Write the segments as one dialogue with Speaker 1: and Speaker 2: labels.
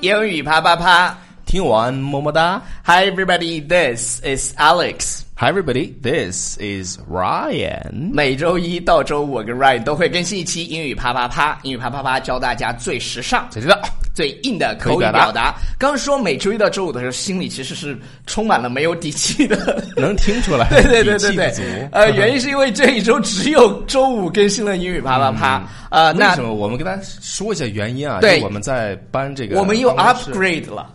Speaker 1: 英语啪啪啪
Speaker 2: 听完么么哒。
Speaker 1: ！Hi everybody, this is Alex。
Speaker 2: Hi everybody, this is Ryan。
Speaker 1: 每周一到周五，我跟 Ryan 都会更新一期英语啪啪啪。英语啪啪啪教大家最时尚、
Speaker 2: 谁知道？
Speaker 1: 最硬的口语
Speaker 2: 口语表达
Speaker 1: 表达。刚说每周一到周五的时候，心里其实是充满了没有底气 的。
Speaker 2: 能听出 来
Speaker 1: 对对对对
Speaker 2: 底气不啊
Speaker 1: 对
Speaker 2: 足，
Speaker 1: 呃，原因是因为这一周只有周五更新了英语啪啪啪。呃，
Speaker 2: 嗯为
Speaker 1: 那
Speaker 2: 什么？我们跟大家说一下原因啊。
Speaker 1: 对
Speaker 2: 因为我们在搬这个，
Speaker 1: 我们又 upgrade 了。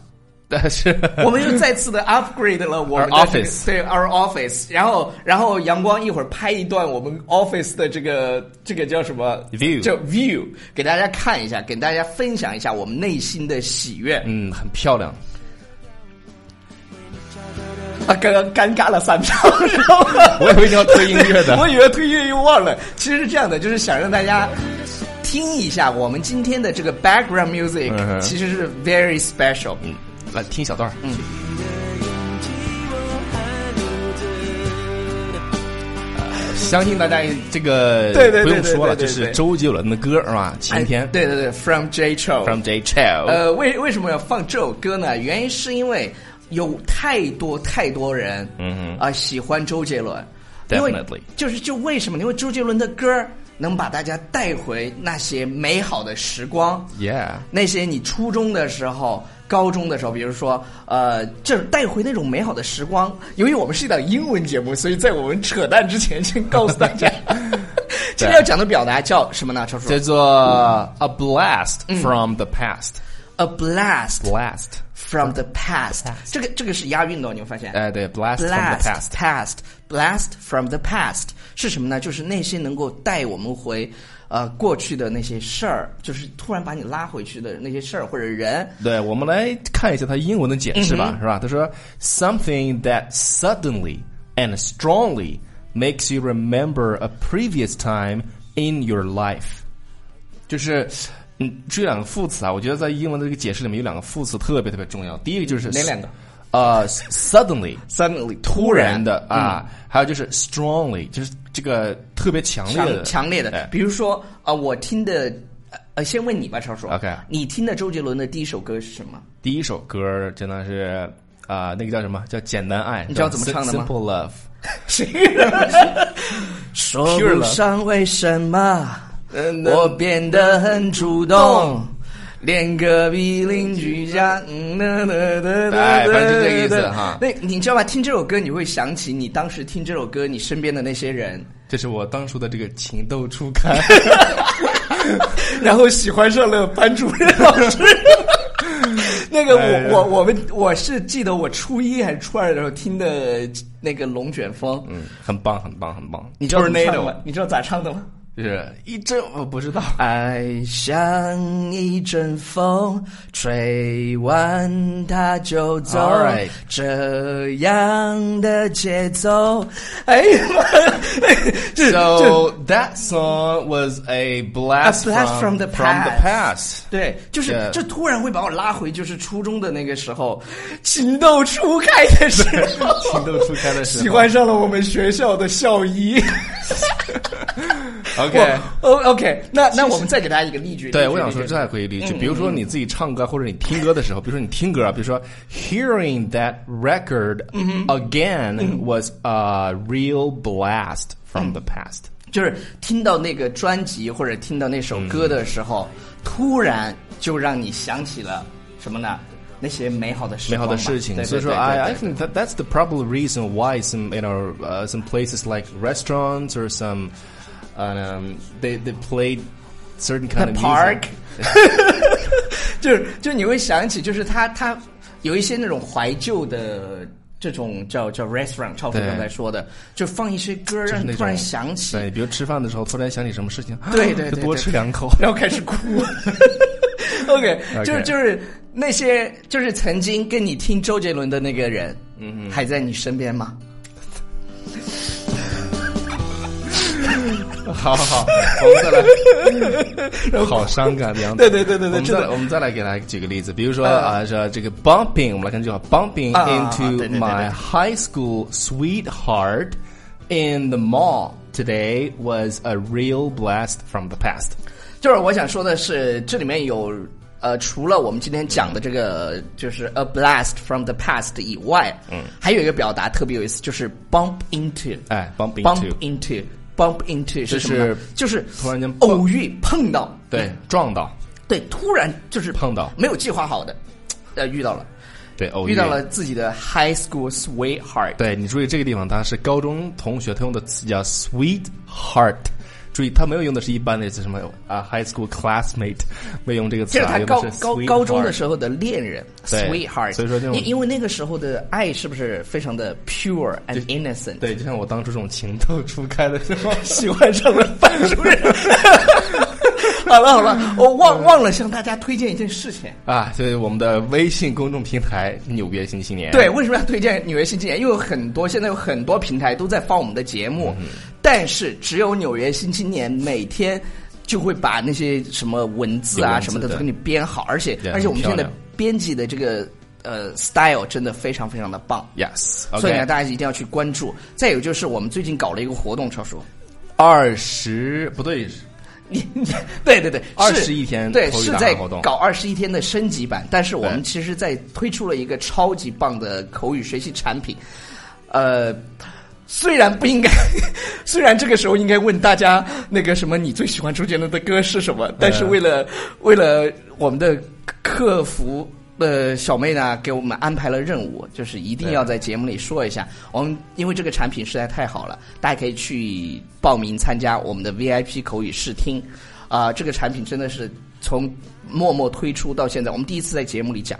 Speaker 2: 但 是
Speaker 1: 我们又再次的 upgrade 了我们的
Speaker 2: Our
Speaker 1: 这个
Speaker 2: office
Speaker 1: 对 our office，然后然后阳光一会儿拍一段我们 office 的这个这个叫什么
Speaker 2: View。
Speaker 1: 叫 view 给大家看一下，给大家分享一下我们内心的喜悦
Speaker 2: 嗯，很漂亮。
Speaker 1: 啊，刚刚尴尬了三秒，然后
Speaker 2: 我以为你要推音乐 的
Speaker 1: 我以为推音乐又忘了。其实是这样的，就是想让大家听一下我们今天的这个 background music，、
Speaker 2: 嗯哼
Speaker 1: 其实是 very special。
Speaker 2: 嗯，来听一小段儿。嗯啊相信大家这个
Speaker 1: 对对对
Speaker 2: 不
Speaker 1: 对
Speaker 2: 用
Speaker 1: 对
Speaker 2: 说了，
Speaker 1: 对
Speaker 2: 这
Speaker 1: 对
Speaker 2: 是周杰伦的歌是吧？
Speaker 1: 哎
Speaker 2: 晴天
Speaker 1: 对对对，from J Cho。
Speaker 2: from J Chou，
Speaker 1: 呃，为为什么要放这首歌呢？原因是因为有太多太多人，
Speaker 2: 嗯哼
Speaker 1: 啊、喜欢周杰伦，因为
Speaker 2: Definitely
Speaker 1: 就是就为什么？因为周杰伦的歌儿能把大家带回那些美好的时光，
Speaker 2: ，Yeah，
Speaker 1: 那些你初中的时候、高中的时候，比如说，呃，就是带回那种美好的时光。由于我们是一档英文节目，所以在我们扯淡之前，先告诉大 家，今天要讲的表达叫什么呢？超叔
Speaker 2: 叫做 A Blast from the Past，Blast，
Speaker 1: ，a blast。from the past，这个这个是押韵的哦，你会发现。
Speaker 2: 哎，对，Blast from Uh, the
Speaker 1: Blast
Speaker 2: Past，
Speaker 1: past blast from the past 是什么呢？就是那些能够带我们回呃过去的那些事儿，就是突然把你拉回去的那些事儿或者人。
Speaker 2: 对，我们来看一下他英文的解释
Speaker 1: 嗯
Speaker 2: 吧，是吧？他说，something that suddenly and strongly makes you remember a previous time in your life，就是。嗯，这两个副词啊，我觉得在英文的这个解释里面有两个副词特别特别重要。第一个就是
Speaker 1: 哪两个？
Speaker 2: 呃，suddenly
Speaker 1: Suddenly，嗯
Speaker 2: 突然的啊，还有就是 strongly，就是这个特别强烈的
Speaker 1: 强强烈的
Speaker 2: 哎，
Speaker 1: 比如说啊、呃我听的呃呃，先问你吧，超叔。
Speaker 2: OK
Speaker 1: 你听的周杰伦的第一首歌是什 么？
Speaker 2: 第一首歌真的是啊、那个叫什么叫《简单爱》，
Speaker 1: 你知道怎么唱的吗
Speaker 2: s i m p l e Love。
Speaker 1: 谁？说不上哦为什么，我变得很主动，连隔壁邻居家，嗯呐呐呐呐
Speaker 2: 哎反正就这个意思哈
Speaker 1: 那你知道吧？听这首歌，你会想起你当时听这首歌，你身边的那些人，
Speaker 2: 这是我当初的这个情窦初开，
Speaker 1: 然后喜欢上了班主任老师。 那个
Speaker 2: 哎呀
Speaker 1: 我我我们我是记得我初一还是初二的时候听的那个《龙卷风》，
Speaker 2: 嗯，很棒，很棒，很棒。
Speaker 1: 你知道怎么唱
Speaker 2: Tornado
Speaker 1: 吗？你知道咋唱的吗？
Speaker 2: 就是一阵我呃不知道，
Speaker 1: 爱像一阵风，吹完它就走
Speaker 2: All right
Speaker 1: 这样的节奏。哎呀 妈呀！这
Speaker 2: So that song was a blast,
Speaker 1: A blast from the past.
Speaker 2: past.
Speaker 1: 对，就是
Speaker 2: Yeah
Speaker 1: 这突然会把我拉回，就是初中的那个时候，情窦初开的时候，
Speaker 2: 情窦初开的时候
Speaker 1: 喜欢上了我们学校的校医。
Speaker 2: OK，
Speaker 1: 我哦 OK，那那我们再给大家一个例句。例
Speaker 2: 对，
Speaker 1: 句
Speaker 2: 我想
Speaker 1: 例句
Speaker 2: 说这还可以理
Speaker 1: 嗯
Speaker 2: 解。比如说你自己唱歌或者你听歌的时候，比如说你听歌啊，比如说 Hearing that record
Speaker 1: Mm-hmm
Speaker 2: again was a real blast from the past。
Speaker 1: 就是听到那个专辑或者听到那首歌
Speaker 2: 嗯
Speaker 1: 的时候，突然就让你想起了什么呢？那些美好的时
Speaker 2: 美
Speaker 1: 光
Speaker 2: 好
Speaker 1: 嘛
Speaker 2: 的事情。
Speaker 1: 对
Speaker 2: 所以
Speaker 1: 对
Speaker 2: 说哎
Speaker 1: 对
Speaker 2: ，I I
Speaker 1: 对对
Speaker 2: think that that's the probable reason why some you know uh, some places like restaurants or some um they they played certain kind of
Speaker 1: The
Speaker 2: music.
Speaker 1: park 就是就你会想起，就是他他有一些那种怀旧的。这种叫叫 restaurant，超叔
Speaker 2: 对
Speaker 1: 刚才说的，就放一些歌，
Speaker 2: 就是
Speaker 1: 让
Speaker 2: 那
Speaker 1: 你
Speaker 2: 种
Speaker 1: 突然想起，
Speaker 2: 对，比如吃饭的时候突然想起什么事情，
Speaker 1: 对对对
Speaker 2: 就 多
Speaker 1: 对
Speaker 2: 吃两口。
Speaker 1: 然后开始哭。OK，就是
Speaker 2: OK
Speaker 1: 就是那些就是曾经跟你听周杰伦的那个人，嗯，还在你身边吗？
Speaker 2: 好好好，我们再来，好伤感的样子。
Speaker 1: 对对对对对
Speaker 2: 我们
Speaker 1: 真
Speaker 2: 再
Speaker 1: 的
Speaker 2: 来，我们再来给大家举个例子，比如说啊，这这个 bumping，我们来看这句话，bumping
Speaker 1: 啊啊啊对
Speaker 2: into
Speaker 1: 对对
Speaker 2: my high school sweetheart in the mall today was a real blast from the past。
Speaker 1: 就是我想说的是，这里面有呃，除了我们今天讲的这个就是 a blast from the past 以外，嗯，还有一个表达特别有意思，就是 bump into，
Speaker 2: 哎，bump
Speaker 1: ，bump
Speaker 2: into
Speaker 1: into。bump into 是
Speaker 2: 就是
Speaker 1: 什么呢？就是
Speaker 2: 突然间碰
Speaker 1: 偶遇碰到，
Speaker 2: 对，撞到，
Speaker 1: 对，突然就是
Speaker 2: 碰到
Speaker 1: 没有计划好的，呃，遇到了，
Speaker 2: 对，偶
Speaker 1: 遇到了自己的 high school sweetheart，
Speaker 2: 哦对你注意这个地方，它是高中同学，他用的词叫 sweetheart。注意，他没有用的是一般的什么啊，high school classmate，没有用这个词
Speaker 1: 这是
Speaker 2: 啊，
Speaker 1: 他
Speaker 2: 用的
Speaker 1: 高
Speaker 2: 是
Speaker 1: 高
Speaker 2: sweetheart
Speaker 1: 高中的时候的恋人
Speaker 2: 对
Speaker 1: sweetheart，
Speaker 2: 所以说这种
Speaker 1: 因因为那个时候的爱是不是非常的 pure and innocent？
Speaker 2: 对，就像我当初这种情窦初开的时候， 喜欢上了班主任
Speaker 1: 好了好了，我忘忘了向大家推荐一件事情。
Speaker 2: 啊，就是我们的微信公众平台《纽约新青年》。
Speaker 1: 对，，为什么要推荐《纽约新青年》？因为有很多现在有很多平台都在放我们的节目，
Speaker 2: 嗯
Speaker 1: 但是只有《纽约新青年》每天就会把那些什么文字
Speaker 2: 有
Speaker 1: 啊
Speaker 2: 文字
Speaker 1: 什么的
Speaker 2: 的
Speaker 1: 都给你编好，而且
Speaker 2: 对
Speaker 1: 而且我们
Speaker 2: 很漂
Speaker 1: 现在
Speaker 2: 亮
Speaker 1: 编辑的这个呃 style 真的非常非常的棒。
Speaker 2: ，yes，OK、
Speaker 1: 所以呢，大家一定要去关注。再有就是，我们最近搞了一个活动，超叔，
Speaker 2: 二十不对，
Speaker 1: 你你 对对对，是
Speaker 2: 21天
Speaker 1: 对
Speaker 2: 口语
Speaker 1: 是
Speaker 2: 打卡
Speaker 1: 在
Speaker 2: 活动
Speaker 1: 搞二十一天的升级版，但是我们
Speaker 2: 对
Speaker 1: 其实在推出了一个超级棒的口语学习产品，呃。虽然不应该， 虽然这个时候应该问大家那个什么你最喜欢周杰伦的歌是什么，但
Speaker 2: 呃
Speaker 1: 是为了、为了我们的客服呃小妹呢，给我们安排了任务，就是一定要在节目里说一下。我们因为这个产品实在太好了，大家可以去报名参加我们的 VIP 口语试听啊、这个产品真的是从默默推出到现在，我们第一次在节目里讲。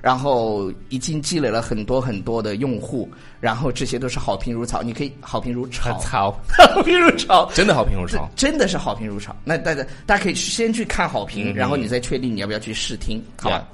Speaker 1: 然后已经积累了很多很多的用户，然后这些都是好评如潮，你可以好评如潮，
Speaker 2: 操，
Speaker 1: 好评如潮，
Speaker 2: 真的好评如
Speaker 1: 这
Speaker 2: 潮。
Speaker 1: 真的是好评如潮。那大家大家可以去先去看好
Speaker 2: 嗯
Speaker 1: 评，然后你再确定你要不要去试听，好吧？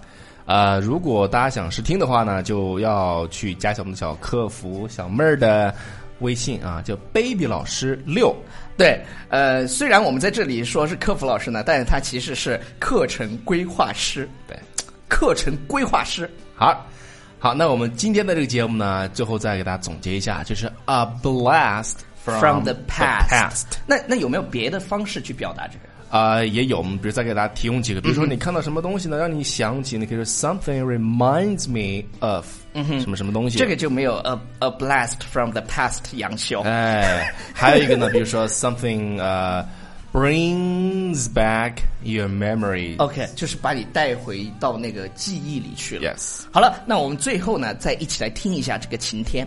Speaker 2: 呃，如果大家想试听的话呢，就要去加一下我们的小客服小妹儿的微信啊，叫 baby 老师六。
Speaker 1: 对，呃，虽然我们在这里说是客服老师呢，但是他其实是课程规划师，
Speaker 2: 对，
Speaker 1: 课程规划师。
Speaker 2: 好，好，那我们今天的这个节目呢，最后再给大家总结一下，就是 a blast from,
Speaker 1: From the past，,
Speaker 2: past
Speaker 1: 那那有没有别的方式去表达这个？
Speaker 2: 啊、也有，我们比如再给大家提供几个，比如说你看到什么东西呢，让你想起，你可以说 something reminds me of 什么什么东
Speaker 1: 嗯
Speaker 2: 西。
Speaker 1: 这个就没有 a a blast from the past 杨修。
Speaker 2: 哎，还有一个呢，比如说 something 呃、brings back your memory。
Speaker 1: OK，就是把你带回到那个记忆里去了。
Speaker 2: Yes，
Speaker 1: 好了，那我们最后呢，再一起来听一下这个《晴天》。